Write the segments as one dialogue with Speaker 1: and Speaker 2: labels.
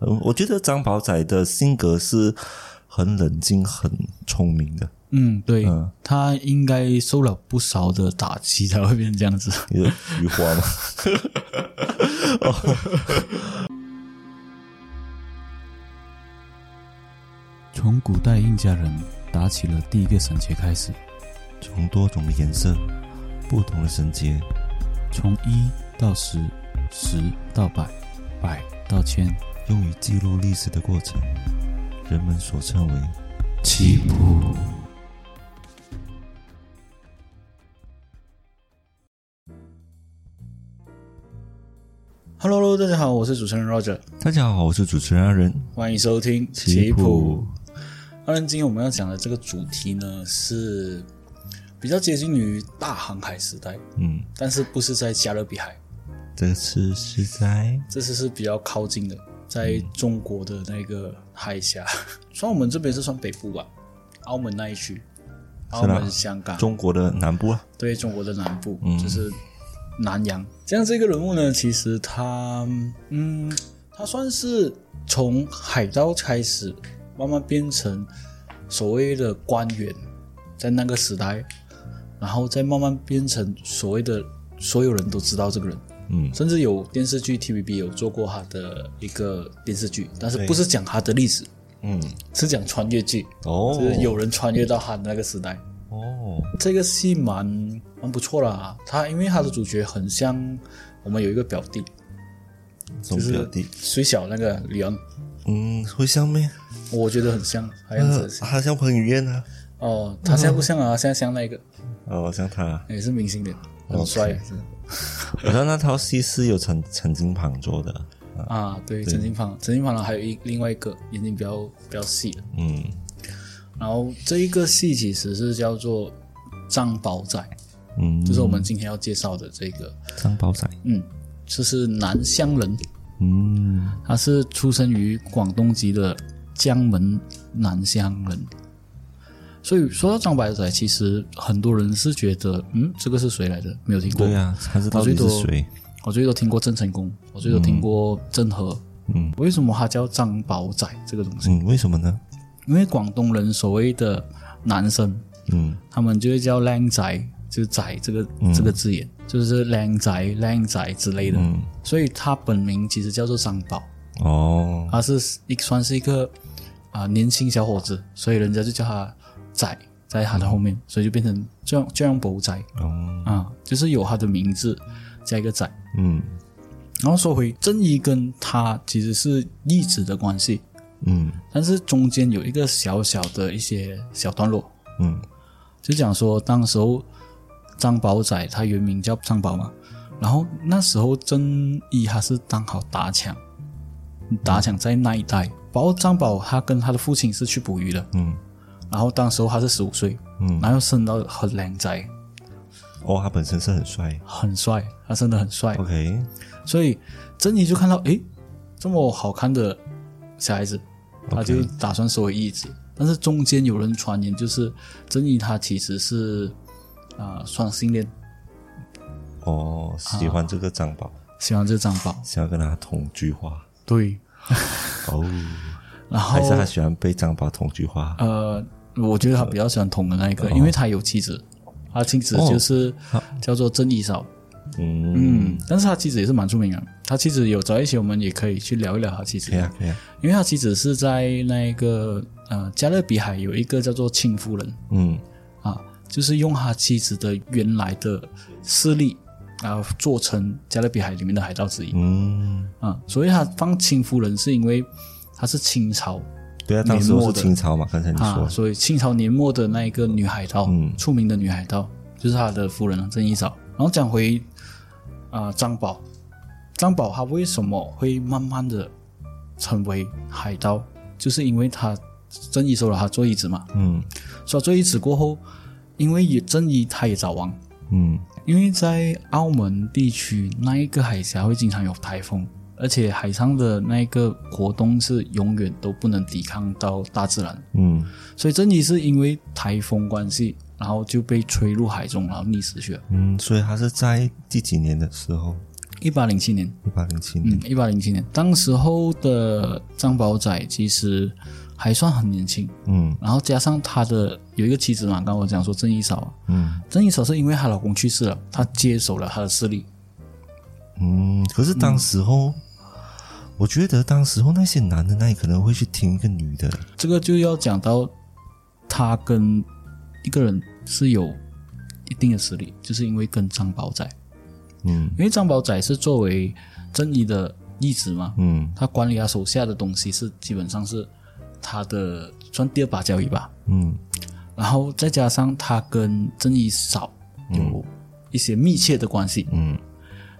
Speaker 1: 嗯，我觉得张宝仔的性格是很冷静、很聪明的。
Speaker 2: 嗯，对，
Speaker 1: 嗯
Speaker 2: 他应该受了不少的打击才会变成这样子。
Speaker 1: 你的菊花吗？
Speaker 2: 从古代印加人打起了第一个绳结开始，
Speaker 1: 从多种的颜色、不同的绳结，
Speaker 2: 从一到十，十到百，百到千，
Speaker 1: 用于记录历史的过程，人们所称为
Speaker 2: 起步。Hello Hello，大家好，我是主持人 Roger，
Speaker 1: 大家好，我是主持人阿仁。
Speaker 2: 欢迎收听
Speaker 1: 棋谱。
Speaker 2: 当然，今天我们要讲的这个主题呢，是比较接近于大航海时代，
Speaker 1: 嗯，
Speaker 2: 但是不是在加勒比海，
Speaker 1: 这次是在
Speaker 2: 这次是比较靠近的，在中国的那个海峡， 算我们这边是算北部吧，澳门那一区，澳门、香港，
Speaker 1: 中国的南部啊。
Speaker 2: 对中国的南部，
Speaker 1: 嗯
Speaker 2: 就是南洋。这样这个人物呢，其实他，嗯，他算是从海盗开始，慢慢变成所谓的官员，在那个时代，然后再慢慢变成所谓的所有人都知道这个人，
Speaker 1: 嗯
Speaker 2: 甚至有电视剧 TVB 有做过他的一个电视剧，但是
Speaker 1: 对
Speaker 2: 不是讲他的历史，
Speaker 1: 嗯，
Speaker 2: 是讲穿越剧，
Speaker 1: 哦
Speaker 2: 就是有人穿越到他的那个时代。
Speaker 1: 哦，
Speaker 2: 这个戏蛮蛮不错啦，他因为他的主角很像我们有一个表弟，
Speaker 1: 总
Speaker 2: 就是
Speaker 1: 表弟，
Speaker 2: 虽小那个李昂，
Speaker 1: 嗯，会像咩？
Speaker 2: 我觉得很像，好像
Speaker 1: 呃
Speaker 2: 子，
Speaker 1: 他像彭于晏啊。
Speaker 2: 哦，他现在不像啊，现在像那个
Speaker 1: 哦，像他。
Speaker 2: 也是明星脸，很帅是
Speaker 1: 我知道那套戏是有陈陈金庞做的。
Speaker 2: 啊，对，陈金胖，陈金胖呢还有一另外一个眼睛比较比较细的，
Speaker 1: 嗯
Speaker 2: 然后这一个戏其实是叫做张宝仔，
Speaker 1: 嗯，
Speaker 2: 就是我们今天要介绍的这个，
Speaker 1: 张宝仔。
Speaker 2: 嗯，就是南乡人，
Speaker 1: 嗯。
Speaker 2: 他是出生于广东籍的江门南乡人。所以说到张白仔，其实很多人是觉得，嗯，这个是谁来的？没有听过。
Speaker 1: 对呀、他是到
Speaker 2: 最
Speaker 1: 底是
Speaker 2: 多
Speaker 1: 谁？
Speaker 2: 我最多听过郑成功，我最多听过郑和。
Speaker 1: 嗯，
Speaker 2: 为什么他叫张宝仔这个东西？
Speaker 1: 嗯，为什么呢？
Speaker 2: 因为广东人所谓的男生，
Speaker 1: 嗯
Speaker 2: 他们就会叫靓仔，就是仔这个、这个字眼，就是靓仔、靓仔之类的。
Speaker 1: 嗯，
Speaker 2: 所以他本名其实叫做张宝。
Speaker 1: 哦，
Speaker 2: 他是一算是一个啊、年轻小伙子，所以人家就叫他仔，在他的后
Speaker 1: 嗯
Speaker 2: 面，所以就变成这样这样博仔
Speaker 1: 哦，
Speaker 2: 啊，就是有他的名字加一个仔。
Speaker 1: 嗯
Speaker 2: 然后说回正义跟他其实是义子的关系，
Speaker 1: 嗯
Speaker 2: 但是中间有一个小小的一些小段落，
Speaker 1: 嗯
Speaker 2: 就讲说当时候张宝仔他原名叫张宝嘛，然后那时候正义他是当好打抢，打抢在那一带。然后张宝他跟他的父亲是去捕鱼的，
Speaker 1: 嗯
Speaker 2: 然后当时候他是十五岁，
Speaker 1: 嗯，
Speaker 2: 然后生到很靓仔，
Speaker 1: 哦，他本身是很帅。
Speaker 2: 很帅，他生得很帅，
Speaker 1: OK，
Speaker 2: 所以珍妮就看到诶，这么好看的小孩子，他就打算收为义子。但是中间有人传言，就是珍妮她其实是啊、呃双性恋，
Speaker 1: 哦，喜欢这个张宝，
Speaker 2: 喜欢这张宝，
Speaker 1: 想要跟他同居化。
Speaker 2: 对，
Speaker 1: 哦，
Speaker 2: 然后
Speaker 1: 还是他喜欢被张宝同居化？
Speaker 2: 呃，我觉得他比较喜欢捅的那一
Speaker 1: 哦
Speaker 2: 个，因为他有妻子，他妻子就是叫做郑义嫂。
Speaker 1: 嗯，
Speaker 2: 嗯，但是他妻子也是蛮出名的，啊他妻子有在一起，我们也可以去聊一聊他妻子
Speaker 1: 可以，啊，可以啊。
Speaker 2: 因为他妻子是在那个呃加勒比海有一个叫做亲夫人
Speaker 1: 嗯
Speaker 2: 啊，就是用他妻子的原来的势力啊做成加勒比海里面的海盗之一
Speaker 1: 嗯，
Speaker 2: 啊，所以他放亲夫人是因为他是清朝
Speaker 1: 对啊，当时我是清朝嘛，刚才你
Speaker 2: 啊，
Speaker 1: 说。
Speaker 2: 所以清朝年末的那一个女海盗，
Speaker 1: 嗯
Speaker 2: 出名的女海盗就是她的夫人啊郑一嫂。然后讲回啊、呃张宝，张宝他为什么会慢慢的成为海盗，就是因为他郑一收了他做义子嘛，
Speaker 1: 嗯
Speaker 2: 所以做义子过后，因为也郑一他也早亡，
Speaker 1: 嗯
Speaker 2: 因为在澳门地区那一个海峡会经常有台风。而且海上的那一个活动是永远都不能抵抗到大自然，
Speaker 1: 嗯
Speaker 2: 所以珍妮是因为台风关系，然后就被吹入海中，然后溺死去了。
Speaker 1: 嗯，所以他是在第几年的时候？
Speaker 2: 一八零七年，
Speaker 1: 一八零七年
Speaker 2: 嗯，，一八零七年，当时候的张宝仔其实还算很年轻，
Speaker 1: 嗯
Speaker 2: 然后加上他的有一个妻子嘛，刚刚我讲说郑一嫂啊，
Speaker 1: 嗯
Speaker 2: 郑一嫂是因为她老公去世了，她接手了她的势力，
Speaker 1: 嗯。可是当时候，我觉得当时候那些男的那里可能会去听一个女的，
Speaker 2: 这个就要讲到他跟一个人是有一定的实力，就是因为跟张宝仔，
Speaker 1: 嗯
Speaker 2: 因为张宝仔是作为正义的义子嘛，
Speaker 1: 嗯
Speaker 2: 他管理他手下的东西是基本上是他的算第二把交椅吧，
Speaker 1: 嗯
Speaker 2: 然后再加上他跟正义嫂有一些密切的关系，
Speaker 1: 嗯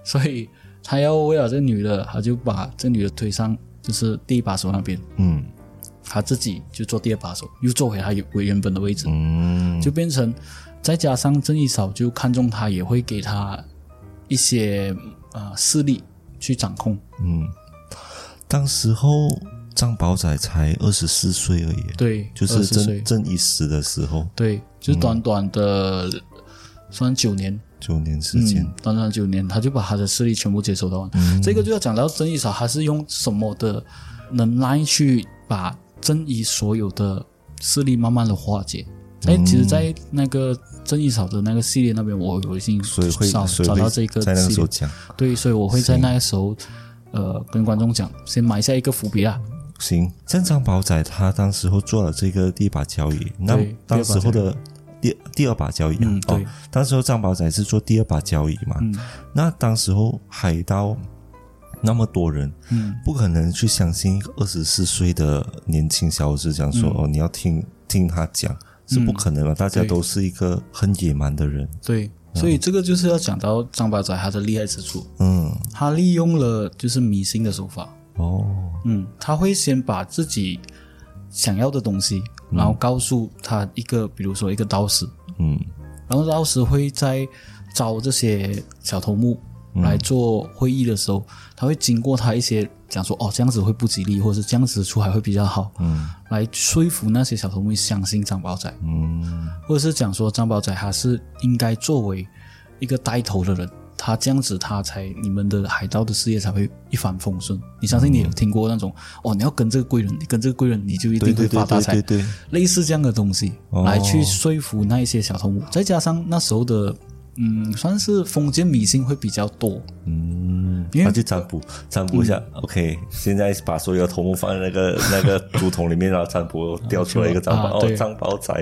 Speaker 2: 所以他要为了这女的，他就把这女的推上就是第一把手那边，
Speaker 1: 嗯
Speaker 2: 他自己就做第二把手，又做回他原原本的位置，
Speaker 1: 嗯，
Speaker 2: 就变成再加上郑义嫂就看中他，也会给他一些呃势力去掌控。
Speaker 1: 嗯。当时候张宝仔才二十四岁而已，
Speaker 2: 对，
Speaker 1: 就是
Speaker 2: 20岁
Speaker 1: 正正一时的时候，
Speaker 2: 对，就短短的、算九年，
Speaker 1: 九年时间。
Speaker 2: 嗯，短短九年，他就把他的势力全部接收到完。
Speaker 1: 嗯
Speaker 2: 这个就要讲到郑义嫂，他是用什么的能耐去把郑义所有的势力慢慢的化解。
Speaker 1: 嗯
Speaker 2: 哎，其实，在那个郑义嫂的那个系列那边，我有已经
Speaker 1: 所以会，
Speaker 2: 找
Speaker 1: 所以
Speaker 2: 找
Speaker 1: 会
Speaker 2: 到这个
Speaker 1: 在那个
Speaker 2: 系
Speaker 1: 时
Speaker 2: 列
Speaker 1: 候讲，
Speaker 2: 对，所以我会在那个时候，呃，跟观众讲，先埋下一个伏笔啊啦。
Speaker 1: 行，像张宝仔他当时候做了这个第一把交椅，那
Speaker 2: 对
Speaker 1: 当时候的第第二把交椅啊，
Speaker 2: 嗯对
Speaker 1: 哦，当时候张宝仔是做第二把交椅嘛，那当时候海盗那么多人，
Speaker 2: 嗯，
Speaker 1: 不可能去相信一个二十四岁的年轻小伙子讲说、哦，你要听听他讲是不可能的，大家
Speaker 2: 对
Speaker 1: 都是一个很野蛮的人，
Speaker 2: 对，所以这个就是要讲到张八仔他的厉害之处，
Speaker 1: 嗯，
Speaker 2: 他利用了就是迷信的手法，
Speaker 1: 哦，
Speaker 2: 嗯，他会先把自己想要的东西，然后告诉他一个，比如说一个道士，
Speaker 1: 嗯
Speaker 2: 然后道士会在招这些小头目
Speaker 1: 嗯
Speaker 2: 来做会议的时候，他会经过他一些讲说哦这样子会不吉利，或者是这样子出海会比较好，
Speaker 1: 嗯
Speaker 2: 来说服那些小头目相信张宝仔，
Speaker 1: 嗯
Speaker 2: 或者是讲说张宝仔他是应该作为一个带头的人，他这样子他才你们的海盗的事业才会一帆风顺。你相信
Speaker 1: 嗯
Speaker 2: 你有听过那种、哦，你要跟这个贵人，你跟这个贵人你就一
Speaker 1: 对
Speaker 2: 定
Speaker 1: 对
Speaker 2: 会
Speaker 1: 对
Speaker 2: 发大
Speaker 1: 对
Speaker 2: 财，
Speaker 1: 对对，
Speaker 2: 类似这样的东西、
Speaker 1: 哦
Speaker 2: 来去说服那一些小头目，再加上那时候的嗯，算是封建迷信会比较多，
Speaker 1: 嗯，
Speaker 2: 因为嗯
Speaker 1: 他去占卜，占卜一下。OK，现在把所有的头目放在那个 那个竹筒里面，然后占卜掉出来一个张
Speaker 2: 啊
Speaker 1: 宝，哦，
Speaker 2: 对
Speaker 1: 张宝仔，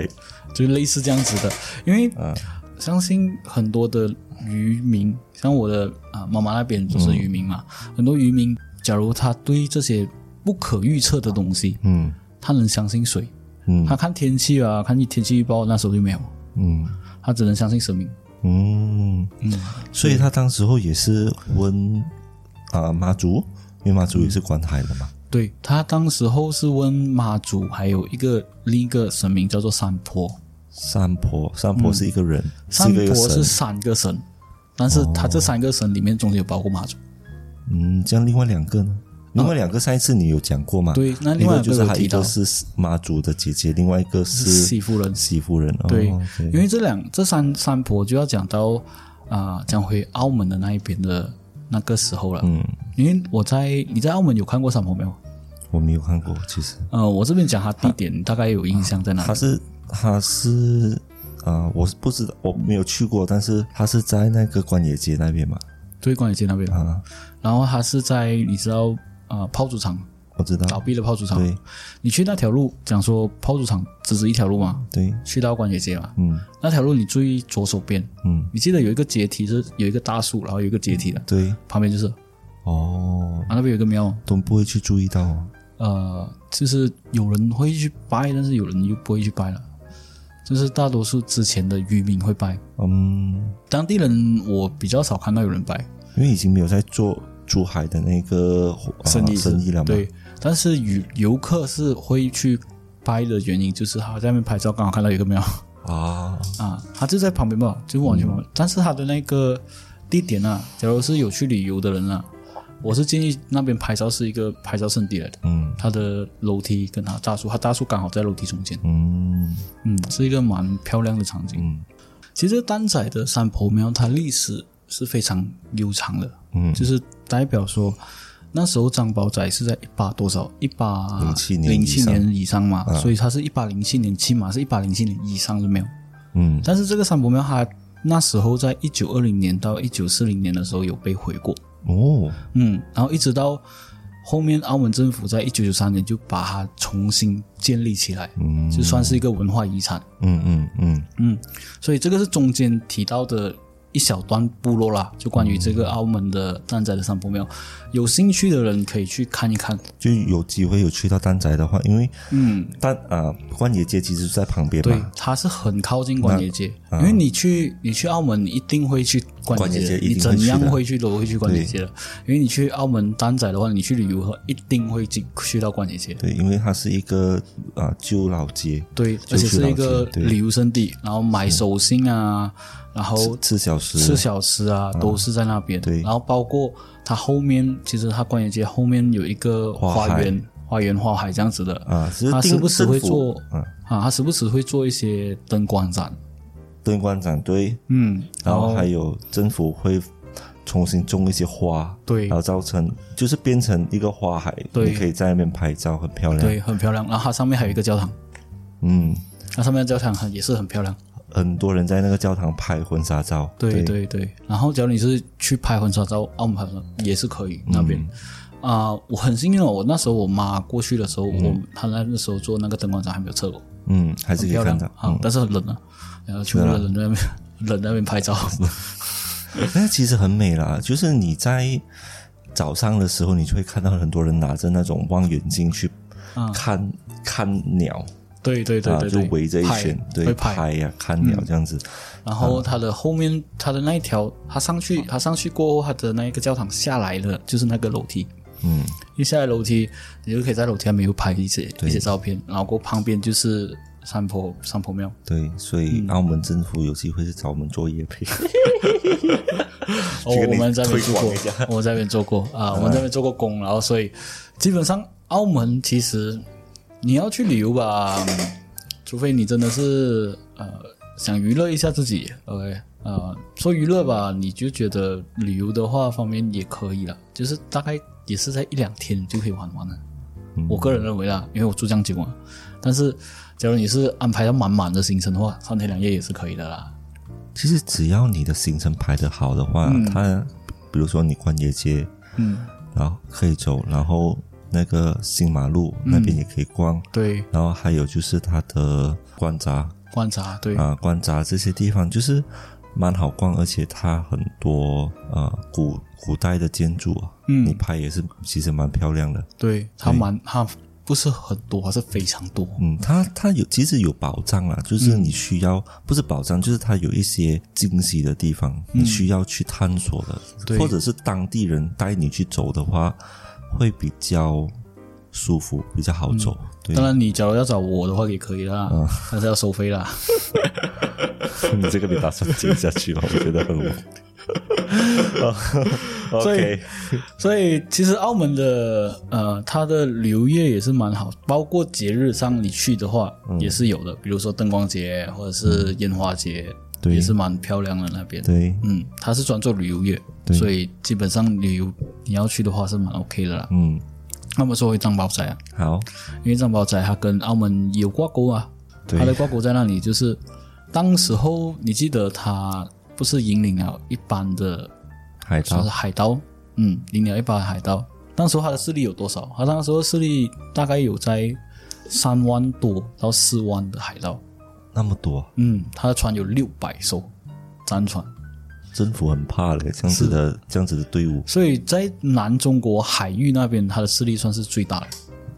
Speaker 2: 就类似这样子的。因为
Speaker 1: 啊
Speaker 2: 相信很多的渔民，像我的啊妈妈那边就是渔民嘛，
Speaker 1: 嗯
Speaker 2: 很多渔民，假如他对这些不可预测的东西，
Speaker 1: 嗯
Speaker 2: 他能相信谁？
Speaker 1: 嗯
Speaker 2: 他看天气啊，看天气预报，那时候就没有，
Speaker 1: 嗯
Speaker 2: 他只能相信神明。
Speaker 1: 嗯，
Speaker 2: 嗯，
Speaker 1: 所以他当时候也是问啊妈祖，因为妈祖也是管海的嘛。
Speaker 2: 对他当时候是问妈祖，还有一个另一个神明叫做山坡，
Speaker 1: 三婆，三婆是一个人，是
Speaker 2: 山
Speaker 1: 一个
Speaker 2: 坡
Speaker 1: 神。哦
Speaker 2: 是嗯三个神，但是他这三个神里面中间有包括妈祖。
Speaker 1: 嗯，这样另外两个呢？另外两个上一次你有讲过嘛？
Speaker 2: 啊对那
Speaker 1: 一
Speaker 2: 另外
Speaker 1: 个
Speaker 2: 两个
Speaker 1: 就是
Speaker 2: 有
Speaker 1: 他
Speaker 2: 提
Speaker 1: 一
Speaker 2: 到
Speaker 1: 个是妈祖的姐姐，另外一个是
Speaker 2: 媳妇人
Speaker 1: 媳妇人。哦
Speaker 2: 对，
Speaker 1: ，OK
Speaker 2: 因为这两这三三婆就要讲到啊、讲回澳门的那一边的那个时候了。
Speaker 1: 嗯，
Speaker 2: 因为我在你在澳门有看过三婆没有？
Speaker 1: 我没有看过，其实。
Speaker 2: 呃，我这边讲它地点，你大概有印象在哪里
Speaker 1: 他？是他是啊、呃我是不知道，我没有去过，但是他是在那个关野街那边嘛。
Speaker 2: 对，关野街那边。
Speaker 1: 啊，
Speaker 2: 然后它是在你知道呃炮竹厂
Speaker 1: 我知
Speaker 2: 倒
Speaker 1: 道，
Speaker 2: 闭的炮竹厂，
Speaker 1: 对
Speaker 2: 你去那条路讲说炮竹厂只是一条路嘛，
Speaker 1: 对，
Speaker 2: 去到关野街嘛，
Speaker 1: 嗯
Speaker 2: 那条路你注意左手边，
Speaker 1: 嗯，
Speaker 2: 你记得有一个阶梯是有一个大树，然后有一个阶梯的，
Speaker 1: 对，
Speaker 2: 旁边就是啊啊
Speaker 1: 哦，
Speaker 2: 那边有一个庙。
Speaker 1: 都不会去注意到哦。
Speaker 2: 呃，就是有人会去拜，但是有人又不会去拜了。就是大多数之前的渔民会拜，
Speaker 1: 嗯，
Speaker 2: 当地人我比较少看到有人拜
Speaker 1: 因为已经没有在做珠海的那个、啊
Speaker 2: 生意是、
Speaker 1: 生意了嘛。
Speaker 2: 对，但是游游客是会去拜的原因，就是他在那边拍照，刚好看到有一个庙
Speaker 1: 啊，
Speaker 2: 啊，他就在旁边嘛，就完全旁边。但是他的那个地点啊，假如是有去旅游的人啊，我是建议那边拍照是一个拍照圣地来的。
Speaker 1: 嗯
Speaker 2: 它的楼梯跟它大树，它大树刚好在楼梯中间，
Speaker 1: 嗯
Speaker 2: 嗯，是一个蛮漂亮的场景。
Speaker 1: 嗯
Speaker 2: 其实丹仔的三婆庙，它历史是非常悠长的，
Speaker 1: 嗯
Speaker 2: 就是代表说那时候张宝仔是在一八多少一八
Speaker 1: 07年
Speaker 2: 零
Speaker 1: 以
Speaker 2: 七
Speaker 1: 上
Speaker 2: 年以上嗯嘛，所以他是一八零七年，起码是一八零七年以上是没有。
Speaker 1: 嗯
Speaker 2: 但是这个三伯庙它那时候在一九二零年到一九四零年的时候有被毁过，
Speaker 1: 哦，
Speaker 2: 嗯，然后一直到后面澳门政府在一九九三年就把它重新建立起来，
Speaker 1: 嗯
Speaker 2: 就算是一个文化遗产。
Speaker 1: 嗯嗯嗯
Speaker 2: 嗯，所以这个是中间提到的一小段部落啦，就关于这个澳门的蛋仔的三伯庙，有兴趣的人可以去看一看。
Speaker 1: 就有机会有去到丹宅的话，因为
Speaker 2: 嗯，
Speaker 1: 丹啊关野街其实就在旁边
Speaker 2: 对
Speaker 1: 嘛，，
Speaker 2: 它是很靠近关节街，因为你去你去澳门，你一定会去关
Speaker 1: 嗯
Speaker 2: 节
Speaker 1: 关节
Speaker 2: 街，
Speaker 1: 街一
Speaker 2: 你
Speaker 1: 定会去的
Speaker 2: 怎样会去都会去关节街的，因为你去澳门蛋仔的话，你去旅游和一定会进去到关节街。
Speaker 1: 对，因为它是一个啊旧老街，
Speaker 2: 对，而且是一个旅游胜地，然后买手信啊，然后
Speaker 1: 吃小食，
Speaker 2: 吃小吃啊，都是在那边。
Speaker 1: 对
Speaker 2: 然后包括它后面，其实它关节街后面有一个
Speaker 1: 花海
Speaker 2: 花园、花园、花海这样子的
Speaker 1: 啊只是
Speaker 2: 它
Speaker 1: 定
Speaker 2: 时不时会
Speaker 1: 政府
Speaker 2: 做
Speaker 1: 啊
Speaker 2: 啊，它时不时会做一些灯光展，
Speaker 1: 灯光展对，
Speaker 2: 嗯，
Speaker 1: 然后还有政府会重新种一些花，
Speaker 2: 对
Speaker 1: 然后造成就是变成一个花海，
Speaker 2: 对
Speaker 1: 你可以在那边拍照，很漂亮。，
Speaker 2: 对，很漂亮。然后它上面还有一个教堂，
Speaker 1: 嗯，
Speaker 2: 那上面的教堂很也是很漂亮。
Speaker 1: 很多人在那个教堂拍婚纱照，
Speaker 2: 对对对，然后只要你是去拍婚纱照，澳门拍婚纱也是可以那边。
Speaker 1: 嗯
Speaker 2: 啊、我很幸运哦，我那时候我妈过去的时候，我她那时候做那个灯光展还没有撤过，
Speaker 1: 嗯，啊还是可
Speaker 2: 漂
Speaker 1: 以
Speaker 2: 亮
Speaker 1: 看到。
Speaker 2: 啊，但是很冷啊，然后全部的人在那边 人在那边 拍照，
Speaker 1: 那哎其实很美啦，就是你在早上的时候，你就会看到很多人拿着那种望远镜去
Speaker 2: 啊
Speaker 1: 看、看鸟
Speaker 2: 对对对
Speaker 1: 啊，
Speaker 2: 对
Speaker 1: 就
Speaker 2: 对，
Speaker 1: 围着一
Speaker 2: 拍
Speaker 1: 圈，对，
Speaker 2: 会拍。嗯
Speaker 1: 拍呀、看鸟这样子。
Speaker 2: 然后它的后面，它的那一条，它上去，
Speaker 1: 哦
Speaker 2: 它上去过后，它的那一个教堂下来了，就是那个楼梯。
Speaker 1: 嗯，
Speaker 2: 一下来楼梯，你就可以在楼梯上面又拍一些一些照片，然后过旁边就是山坡山坡庙。
Speaker 1: 对，所
Speaker 2: 嗯
Speaker 1: 以澳门政府有机会是找我们做业配。
Speaker 2: 哦
Speaker 1: 去，跟
Speaker 2: 我
Speaker 1: 你
Speaker 2: 们在那边
Speaker 1: 推
Speaker 2: 做
Speaker 1: 广
Speaker 2: 过
Speaker 1: 一下，
Speaker 2: 我在那边做过啊，我们在那边做过工，然后所以基本上澳门其实你要去旅游吧，嗯除非你真的是呃想娱乐一下自己，OK。呃，说娱乐吧，你就觉得旅游的话方面也可以了，就是大概也是在一两天就可以玩完了。我个人认为啦，因为我住这样久嘛。但是，假如你是安排到满满的行程的话，三天两夜也是可以的啦。
Speaker 1: 其实只要你的行程排得好的话，它比如说你逛夜街，
Speaker 2: 嗯，
Speaker 1: 然后可以走，然后那个新马路那边也可以逛，
Speaker 2: 对，
Speaker 1: 然后还有就是它的关闸
Speaker 2: 观察，对，
Speaker 1: 啊、关闸这些地方就是蛮好逛，而且它很多呃古古代的建筑啊，
Speaker 2: 嗯
Speaker 1: 你拍也是其实蛮漂亮的。
Speaker 2: 对，它蛮它不是很多，它是非常多。
Speaker 1: 嗯，它它有其实有保障啦，就是你需要、不是保障，就是它有一些惊喜的地方，你需要去探索的，
Speaker 2: 嗯对
Speaker 1: 或者是当地人带你去走的话，会比较舒服，比较好走。
Speaker 2: 嗯当
Speaker 1: 对，
Speaker 2: 然，你假如要找我的话也可以啦，
Speaker 1: 嗯
Speaker 2: 但是要收费啦。
Speaker 1: 你这个你打算接下去吗？我觉得 很无 聊。
Speaker 2: 所以所以其实澳门的呃，它的旅游业也是蛮好，包括节日上你去的话
Speaker 1: 嗯
Speaker 2: 也是有的，比如说灯光节或者是烟花节，
Speaker 1: 对
Speaker 2: 也是蛮漂亮的那边。
Speaker 1: 对，
Speaker 2: 嗯，它是专做旅游业，所以基本上旅游你要去的话是蛮 OK 的啦。
Speaker 1: 嗯，
Speaker 2: 那么说回藏宝仔啊，
Speaker 1: 好，
Speaker 2: 因为藏宝仔它跟澳门有挂钩啊，
Speaker 1: 对
Speaker 2: 它的挂钩在那里就是，当时候你记得它不是引领了一般的
Speaker 1: 海
Speaker 2: 算
Speaker 1: 盗
Speaker 2: 是海盗，嗯，引领了一般海盗。当时候它的势力有多少？它当时候势力大概有在三万多到四万的海盗，
Speaker 1: 那么多，
Speaker 2: 嗯，它的船有六百艘，战船。
Speaker 1: 政府很怕嘞，这样子的这样子的队伍，
Speaker 2: 所以在南中国海域那边，它的势力算是最大的。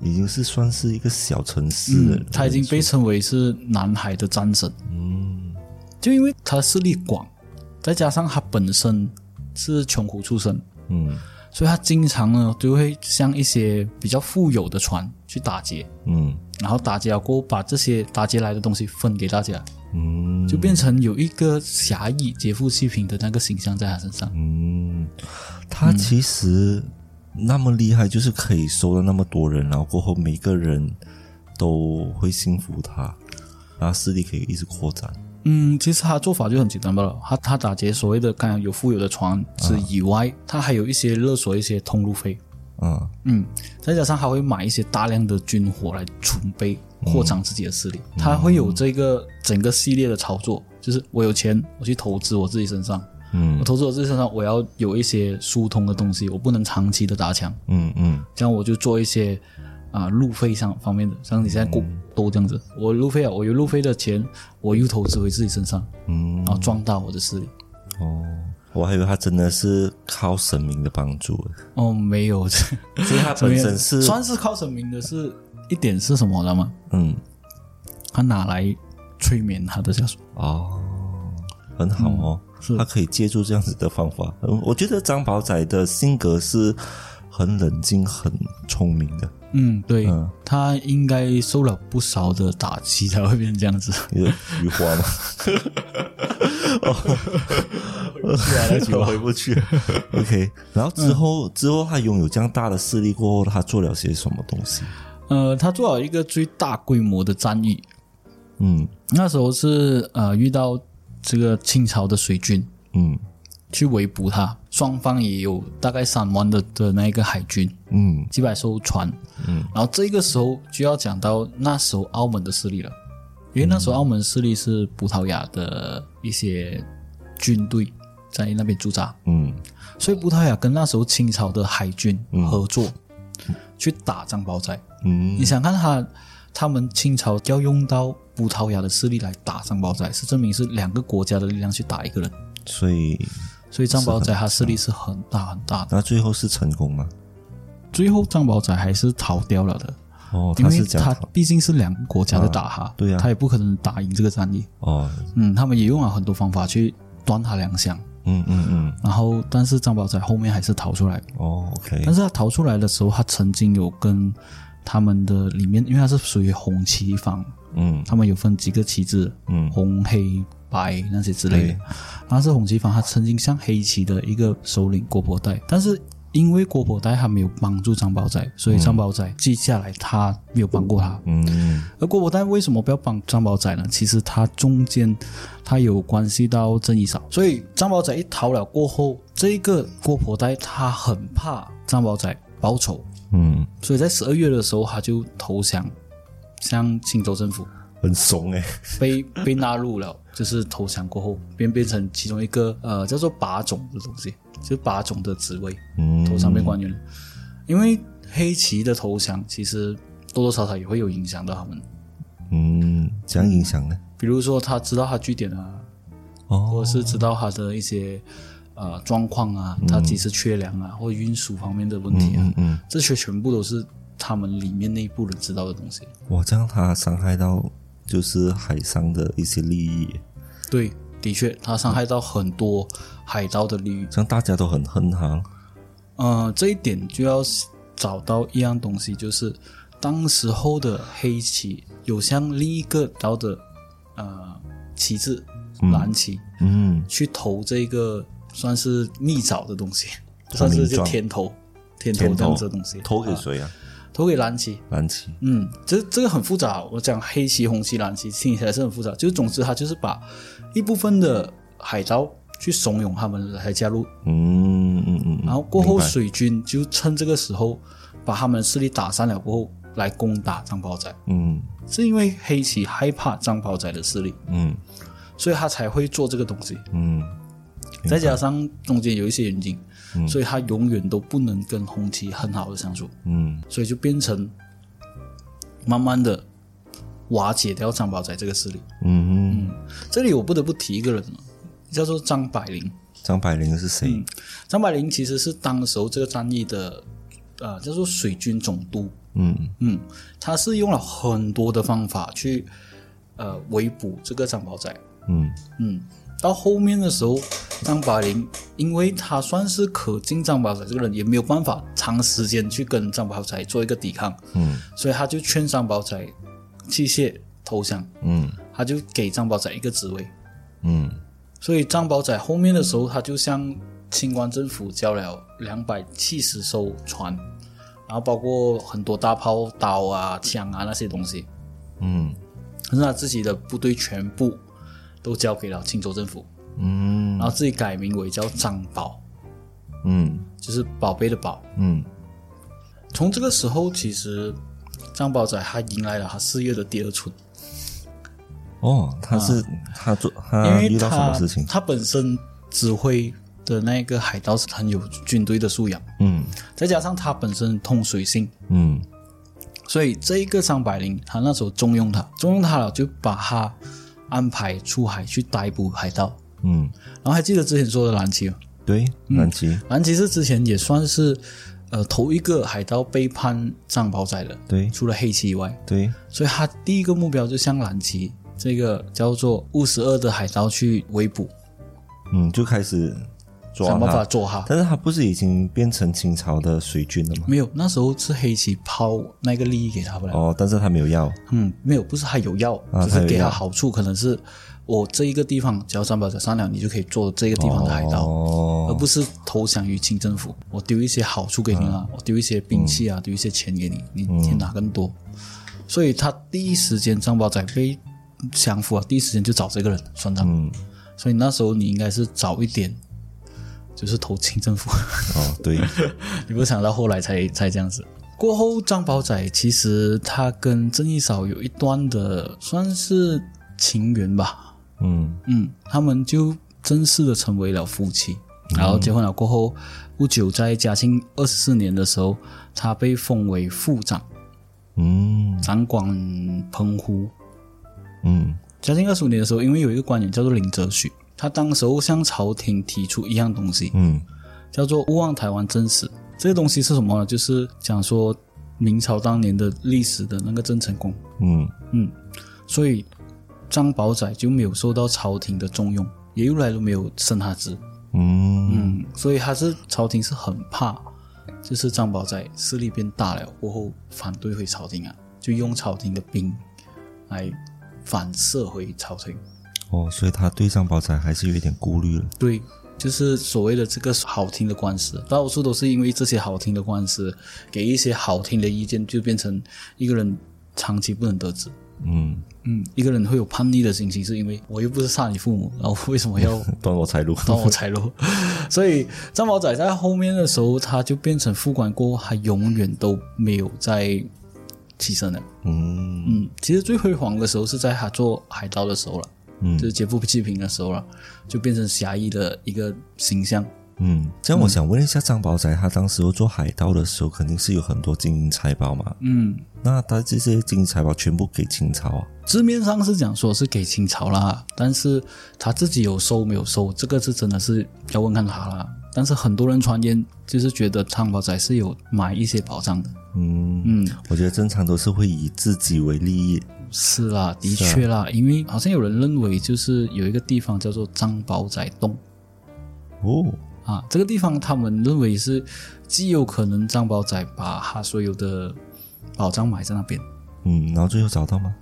Speaker 1: 已经是算是一个小城市了。
Speaker 2: 它嗯已经被称为是南海的战神。嗯，就因为它势力广，再加上它本身是穷苦出身，
Speaker 1: 嗯
Speaker 2: 所以它经常呢就会向一些比较富有的船去打劫，
Speaker 1: 嗯
Speaker 2: 然后打劫了过后把这些打劫来的东西分给大家，
Speaker 1: 嗯
Speaker 2: 就变成有一个侠义、劫富济贫的那个形象在他身上。
Speaker 1: 嗯，他其实那么厉害，就是可以收了那么多人，然后过后每个人都会信服他，然后势力可以一直扩展。
Speaker 2: 嗯，其实他做法就很简单罢了。他他打劫所谓的刚才有富有的船
Speaker 1: 啊
Speaker 2: 之以外，他还有一些勒索一些通路费。
Speaker 1: 嗯
Speaker 2: 嗯，再加上他会买一些大量的军火来储备，扩张自己的势力。
Speaker 1: 嗯
Speaker 2: 他会有这个整个系列的操作，就是我有钱，我去投资我自己身上，我
Speaker 1: 嗯
Speaker 2: 投资我自己身上，我要有一些疏通的东西，我不能长期的打枪，
Speaker 1: 嗯嗯
Speaker 2: 这样我就做一些啊、路费上方面的，像你现在过
Speaker 1: 嗯
Speaker 2: 多这样子，我路费啊，我有路费的钱，我又投资回自己身上，
Speaker 1: 嗯，
Speaker 2: 然后壮大我的势力。
Speaker 1: 哦，我还以为他真的是靠神明的帮 助，
Speaker 2: 哦，没有，这
Speaker 1: 所以他本身是
Speaker 2: 算是靠神明的是一点是什么，知道吗？
Speaker 1: 嗯
Speaker 2: 他拿来催眠他的下属。
Speaker 1: 哦，很好哦，
Speaker 2: 是
Speaker 1: 他可以借助这样子的方法。嗯，我觉得张宝仔的性格是很冷静、很聪明的，
Speaker 2: 嗯，对，
Speaker 1: 嗯
Speaker 2: 他应该受了不少的打击才会变成这 样子。
Speaker 1: 你的菊花吗？我回不去。OK，然后之
Speaker 2: 嗯
Speaker 1: 后、之后他拥有这样大的势力过后，他做了些什么东西？
Speaker 2: 呃，他做好一个最大规模的战役，
Speaker 1: 嗯
Speaker 2: 那时候是呃遇到这个清朝的水军
Speaker 1: 嗯
Speaker 2: 去围捕他，双方也有大概三万的的那一个海军，
Speaker 1: 嗯
Speaker 2: 几百艘船。
Speaker 1: 嗯，
Speaker 2: 然后这个时候就要讲到那时候澳门的势力了，因为那时候澳门势力是葡萄牙的一些军队在那边驻扎，
Speaker 1: 嗯
Speaker 2: 所以葡萄牙跟那时候清朝的海军合作、去打张宝仔。
Speaker 1: 嗯
Speaker 2: 你想看他，他们清朝要用到葡萄牙的势力来打张宝仔，是证明是两个国家的力量去打一个人，
Speaker 1: 所以
Speaker 2: 所以张宝仔他势力是很大很大的。
Speaker 1: 那最后是成功吗？
Speaker 2: 最后张宝仔还是逃掉了的，
Speaker 1: 哦，
Speaker 2: 因
Speaker 1: 他
Speaker 2: 为
Speaker 1: 是这
Speaker 2: 他
Speaker 1: 样子
Speaker 2: 毕竟是两个国家在打他，
Speaker 1: 对啊
Speaker 2: 他也不可能打赢这个战役。
Speaker 1: 哦，
Speaker 2: 嗯，他们也用了很多方法去断他粮饷，
Speaker 1: 嗯嗯嗯，
Speaker 2: 然后但是张宝仔后面还是逃出来，
Speaker 1: 哦，OK，
Speaker 2: 但是他逃出来的时候，他曾经有跟他们的里面，因为他是属于红旗方，
Speaker 1: 嗯
Speaker 2: 他们有分几个旗帜，
Speaker 1: 嗯
Speaker 2: 红、黑、白那些之类的
Speaker 1: 对。
Speaker 2: 然后是红旗方，他曾经向黑旗的一个首领郭伯带，但是因为郭伯带他没有帮助张宝仔，所以张宝仔记下来他没有帮过他。
Speaker 1: 嗯
Speaker 2: 而郭伯带为什么不要帮张宝仔呢？其实他中间他有关系到郑义嫂，所以张宝仔一逃了过后，这个郭伯带他很怕张宝仔报仇，
Speaker 1: 嗯，
Speaker 2: 所以在十二月的时候他就投降，向青州政府
Speaker 1: 很怂哎、
Speaker 2: 被被纳入了，就是投降过后便变成其中一个呃叫做把种的东西，就是把种的职位，
Speaker 1: 嗯，
Speaker 2: 头上被官员了。因为黑旗的投降其实多多少少也会有影响到他们。
Speaker 1: 嗯，怎样影响呢？
Speaker 2: 比如说他知道他据点啊，
Speaker 1: 哦，
Speaker 2: 或者是知道他的一些呃状况啊，他几时缺粮啊，或者运输方面的问题啊，
Speaker 1: 嗯嗯，
Speaker 2: 这些全部都是他们里面内部人知道的东西。
Speaker 1: 哇，这样他伤害到就是海上的一些利益耶，
Speaker 2: 对，的确，他伤害到很多海盗的利益。
Speaker 1: 这样大家都很恨他。
Speaker 2: 呃，这一点就要找到一样东西，就是当时候的黑旗有向另一个岛的呃旗帜蓝旗、
Speaker 1: 嗯
Speaker 2: 去投这个算是密枣的东西，算是就天头，天头这样子的东西，
Speaker 1: 投给
Speaker 2: 啊
Speaker 1: 谁啊？
Speaker 2: 投给蓝旗。
Speaker 1: 蓝旗。
Speaker 2: 嗯，这这个很复杂。我讲黑旗、红旗、蓝旗，听起来是很复杂。就是总之，他就是把一部分的海盗去怂恿他们来加入
Speaker 1: 嗯嗯嗯，
Speaker 2: 然后过后
Speaker 1: 明白
Speaker 2: 水军就趁这个时候把他们的势力打散了过后，来攻打张宝仔，
Speaker 1: 嗯
Speaker 2: 是因为黑旗害怕张宝仔的势力，
Speaker 1: 嗯
Speaker 2: 所以他才会做这个东西。
Speaker 1: 嗯白
Speaker 2: 再加上中间有一些原因，
Speaker 1: 嗯
Speaker 2: 所以他永远都不能跟红旗很好的相处，
Speaker 1: 嗯
Speaker 2: 所以就变成慢慢的瓦解掉张宝仔这个势力。
Speaker 1: 嗯，
Speaker 2: 这里我不得不提一个人了，叫做张百灵。
Speaker 1: 张百灵是谁？
Speaker 2: 张百灵其实是当时候这个战役的，呃，叫做水军总督。
Speaker 1: 嗯
Speaker 2: 嗯，他是用了很多的方法去呃围捕这个张宝仔。
Speaker 1: 嗯
Speaker 2: 嗯，到后面的时候，张百灵因为他算是可敬张宝仔这个人，也没有办法长时间去跟张宝仔做一个抵抗，
Speaker 1: 嗯
Speaker 2: 所以他就劝张宝仔弃械投降，
Speaker 1: 嗯
Speaker 2: 他就给张宝仔一个职位。
Speaker 1: 嗯
Speaker 2: 所以张宝仔后面的时候，他就向清官政府交了两百七十艘船，然后包括很多大炮、刀啊、枪啊那些东西。
Speaker 1: 嗯
Speaker 2: 可是他自己的部队全部都交给了青州政府，
Speaker 1: 嗯
Speaker 2: 然后自己改名为叫张宝，
Speaker 1: 嗯
Speaker 2: 就是宝贝的宝。
Speaker 1: 嗯
Speaker 2: 从这个时候，其实张宝仔他迎来了他事业的第二春，
Speaker 1: 哦，他是、他做
Speaker 2: 因
Speaker 1: 他
Speaker 2: 为
Speaker 1: 嗯遇到什
Speaker 2: 他
Speaker 1: 么事情？
Speaker 2: 他本身指挥的那个海盗是很有军队的素养，
Speaker 1: 嗯
Speaker 2: 再加上他本身通水性，
Speaker 1: 嗯
Speaker 2: 所以这一个张百灵，他那时候重用他，重用他了，就把他安排出海去逮捕海盗。
Speaker 1: 嗯，
Speaker 2: 然后还记得之前说的兰奇吗？
Speaker 1: 对，南极、
Speaker 2: 兰奇是之前也算是，呃，头一个海盗背叛藏宝仔的，
Speaker 1: 对
Speaker 2: 除了黑旗以外，
Speaker 1: 对，
Speaker 2: 所以他第一个目标就向兰奇这个叫做乌十二的海盗去围捕，
Speaker 1: 嗯，就开始抓
Speaker 2: 想办法
Speaker 1: 他。
Speaker 2: 捉他。
Speaker 1: 但是他不是已经变成清朝的水军了吗？
Speaker 2: 没有，那时候是黑旗抛那个利益给他不了。
Speaker 1: 哦，但是他没有要。
Speaker 2: 嗯，没有，不是他有药，
Speaker 1: 啊
Speaker 2: 只是给
Speaker 1: 他有药
Speaker 2: 他好处，可能是我这一个地方只要三百加三两，你就可以做这个地方的海盗，而
Speaker 1: 哦，
Speaker 2: 不是投降于清政府。我丢一些好处给你啊，
Speaker 1: 嗯
Speaker 2: 我丢一些兵器啊，丢一些钱给你，你你拿更多。
Speaker 1: 嗯
Speaker 2: 所以他第一时间张宝仔被降服啊，第一时间就找这个人算账。
Speaker 1: 嗯，
Speaker 2: 所以那时候你应该是早一点，就是投清政府。
Speaker 1: 哦，对，
Speaker 2: 你不想到后来才才这样子。过后，张宝仔其实他跟郑义嫂有一段的算是情缘吧，
Speaker 1: 嗯
Speaker 2: 嗯，他们就正式的成为了夫妻。然后结婚了过后，不久在嘉庆二十四年的时候，他被封为副长，
Speaker 1: 嗯
Speaker 2: 掌管澎湖。
Speaker 1: 嗯
Speaker 2: 嘉庆二十五年的时候，因为有一个官员叫做林则徐，他当时候向朝廷提出一样东西，
Speaker 1: 嗯
Speaker 2: 叫做《勿忘台湾正史》。这个东西是什么呢？就是讲说明朝当年的历史的那个郑成功，
Speaker 1: 嗯
Speaker 2: 嗯，所以张宝仔就没有受到朝廷的重用，也由来都没有升他职，
Speaker 1: 嗯
Speaker 2: 嗯，所以他是朝廷是很怕，就是张宝仔势力变大了过后反对回朝廷啊，就用朝廷的兵来反射回朝廷，
Speaker 1: 哦，所以他对张宝仔还是有一点顾虑了。
Speaker 2: 对，就是所谓的这个好听的官司，大多数都是因为这些好听的官司，给一些好听的意见，就变成一个人长期不能得志。
Speaker 1: 嗯，
Speaker 2: 嗯，一个人会有叛逆的心情，是因为我又不是杀你父母， 然后为什么要
Speaker 1: 断我财路。
Speaker 2: 帮我财路？ 所以张宝仔在后面的时候，他就变成副官过后，他永远都没有再起身了。
Speaker 1: 嗯
Speaker 2: 嗯，其实最辉煌的时候是在他做海盗的时候了，
Speaker 1: 嗯
Speaker 2: 就是劫富济贫的时候了，就变成侠义的一个形象。
Speaker 1: 嗯，这样我想问一下，张宝仔他当时候做海盗的时候，肯定是有很多金银财宝嘛？
Speaker 2: 嗯，
Speaker 1: 那他这些金银财宝全部给清朝啊？
Speaker 2: 字面上是讲说是给清朝啦，但是他自己有收没有收，这个是真的是要问看他啦。但是很多人传言就是觉得藏宝仔是有买一些宝藏的，
Speaker 1: 嗯，
Speaker 2: 嗯，
Speaker 1: 我觉得正常都是会以自己为利益。
Speaker 2: 是啦，的确啦，因为好像有人认为就是有一个地方叫做藏宝仔洞
Speaker 1: 哦，
Speaker 2: 啊，这个地方他们认为是极有可能藏宝仔把他所有的宝藏埋在那边，
Speaker 1: 嗯，然后最后找到吗？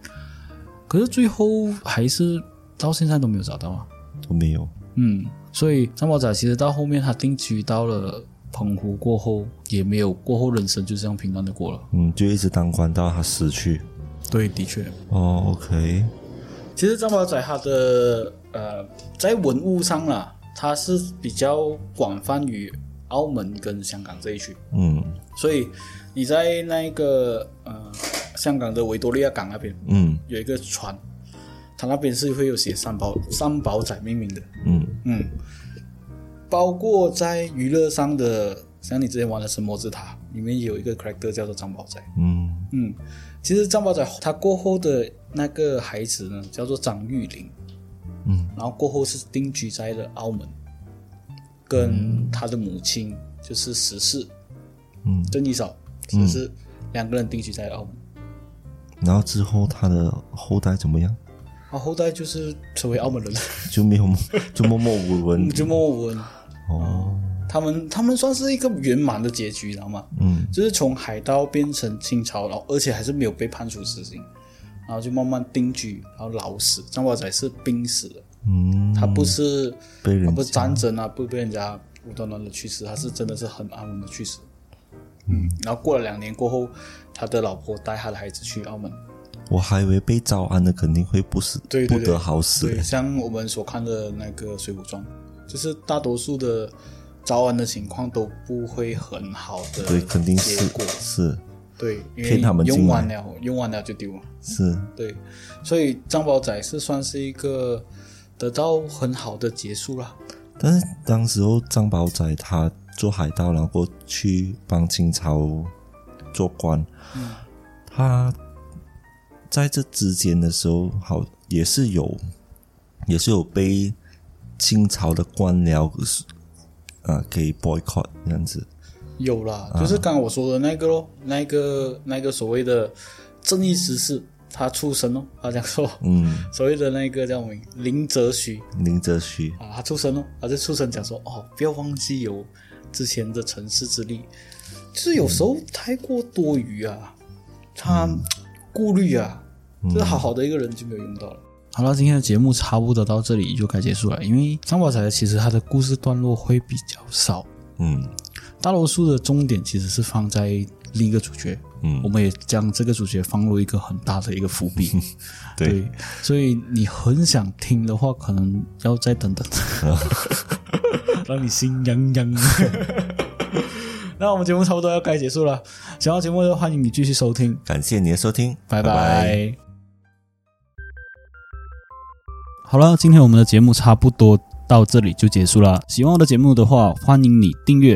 Speaker 2: 可是最后还是到现在都没有找到啊。
Speaker 1: 都没有。
Speaker 2: 嗯，所以张宝仔其实到后面他定居到了澎湖过后，也没有过后人生就这样平淡的过了。
Speaker 1: 嗯，就一直当官到他死去。
Speaker 2: 对，的确，
Speaker 1: 哦，OK，
Speaker 2: 其实张宝仔他的呃，在文物上啦，他是比较广泛于澳门跟香港这一区，
Speaker 1: 嗯
Speaker 2: 所以你在那个呃香港的维多利亚港那边
Speaker 1: 嗯
Speaker 2: 有一个船，它那边是会有写三宝三宝仔命名的。
Speaker 1: 嗯
Speaker 2: 嗯，包括在娱乐上的，像你之前玩的《神魔之塔》，里面有一个 character 叫做张宝仔。
Speaker 1: 嗯
Speaker 2: 嗯，其实张宝仔他过后的那个孩子呢，叫做张玉玲，
Speaker 1: 嗯，
Speaker 2: 然后过后是定居在了澳门，跟他的母亲就是石氏
Speaker 1: 嗯，
Speaker 2: 郑义嫂石氏、两个人定居在澳门。
Speaker 1: 然后之后他的后代怎么样？
Speaker 2: 然后后代就是成为澳门人，
Speaker 1: 就没有就默默无闻
Speaker 2: 就默默无闻。
Speaker 1: 哦。
Speaker 2: 他们他们算是一个圆满的结局，你知道吗？
Speaker 1: 嗯
Speaker 2: 就是从海盗变成清朝，然后而且还是没有被判处死刑，然后就慢慢定居，然后老死。张宝仔是病死的，
Speaker 1: 嗯，
Speaker 2: 他不是、
Speaker 1: 被
Speaker 2: 他
Speaker 1: 人
Speaker 2: 不是战争啊，不被人家无端端的去世，他是真的是很安稳的去嗯世。嗯，然后过了两年过后，他的老婆带他的孩子去澳门，
Speaker 1: 我还以为被招安的肯定会不死，
Speaker 2: 对对对
Speaker 1: 不得好死
Speaker 2: 对，。像我们所看的那个《水浒传》，就是大多数的招安的情况都不会很好的
Speaker 1: 对，肯定
Speaker 2: 结
Speaker 1: 是
Speaker 2: 果，
Speaker 1: 是
Speaker 2: 对，因为
Speaker 1: 骗他们进来
Speaker 2: 用完了，用完了就丢了，
Speaker 1: 是，
Speaker 2: 对，所以张宝仔是算是一个得到很好的结束啦，
Speaker 1: 但是当时候张宝仔他做海盗，然后去帮清朝做官，
Speaker 2: 嗯
Speaker 1: 他在这之间的时候，好也是有，也是有被清朝的官僚啊给 boycott 这样子，
Speaker 2: 有啦，
Speaker 1: 啊
Speaker 2: 就是刚刚我说的那个咯，那个那个所谓的正义之士，他出身哦，他讲说
Speaker 1: 嗯，
Speaker 2: 所谓的那个叫什么名林则徐，
Speaker 1: 林则徐，
Speaker 2: 啊，他出生哦，他就出生讲说哦，不要忘记有之前的城市之力，就是有时候太过多余啊，他顾虑啊，就是好好的一个人就没有用到了。好了，今天的节目差不多到这里就该结束了，因为张宝才其实他的故事段落会比较少，
Speaker 1: 嗯
Speaker 2: 大多数的重点其实是放在另一个主角，我
Speaker 1: 嗯，
Speaker 2: 们也将这个主角放入一个很大的一个伏笔。
Speaker 1: 对，
Speaker 2: 所以你很想听的话，可能要再等 等，让你心痒痒。 那我们节目差不多要该结束了，想要节目的欢迎你继续收听，
Speaker 1: 感谢你的收听，
Speaker 2: 拜
Speaker 1: 拜拜
Speaker 2: 拜。好了，今天我们的节目差不多到这里就结束了。喜欢我的节目的话，欢迎你订阅、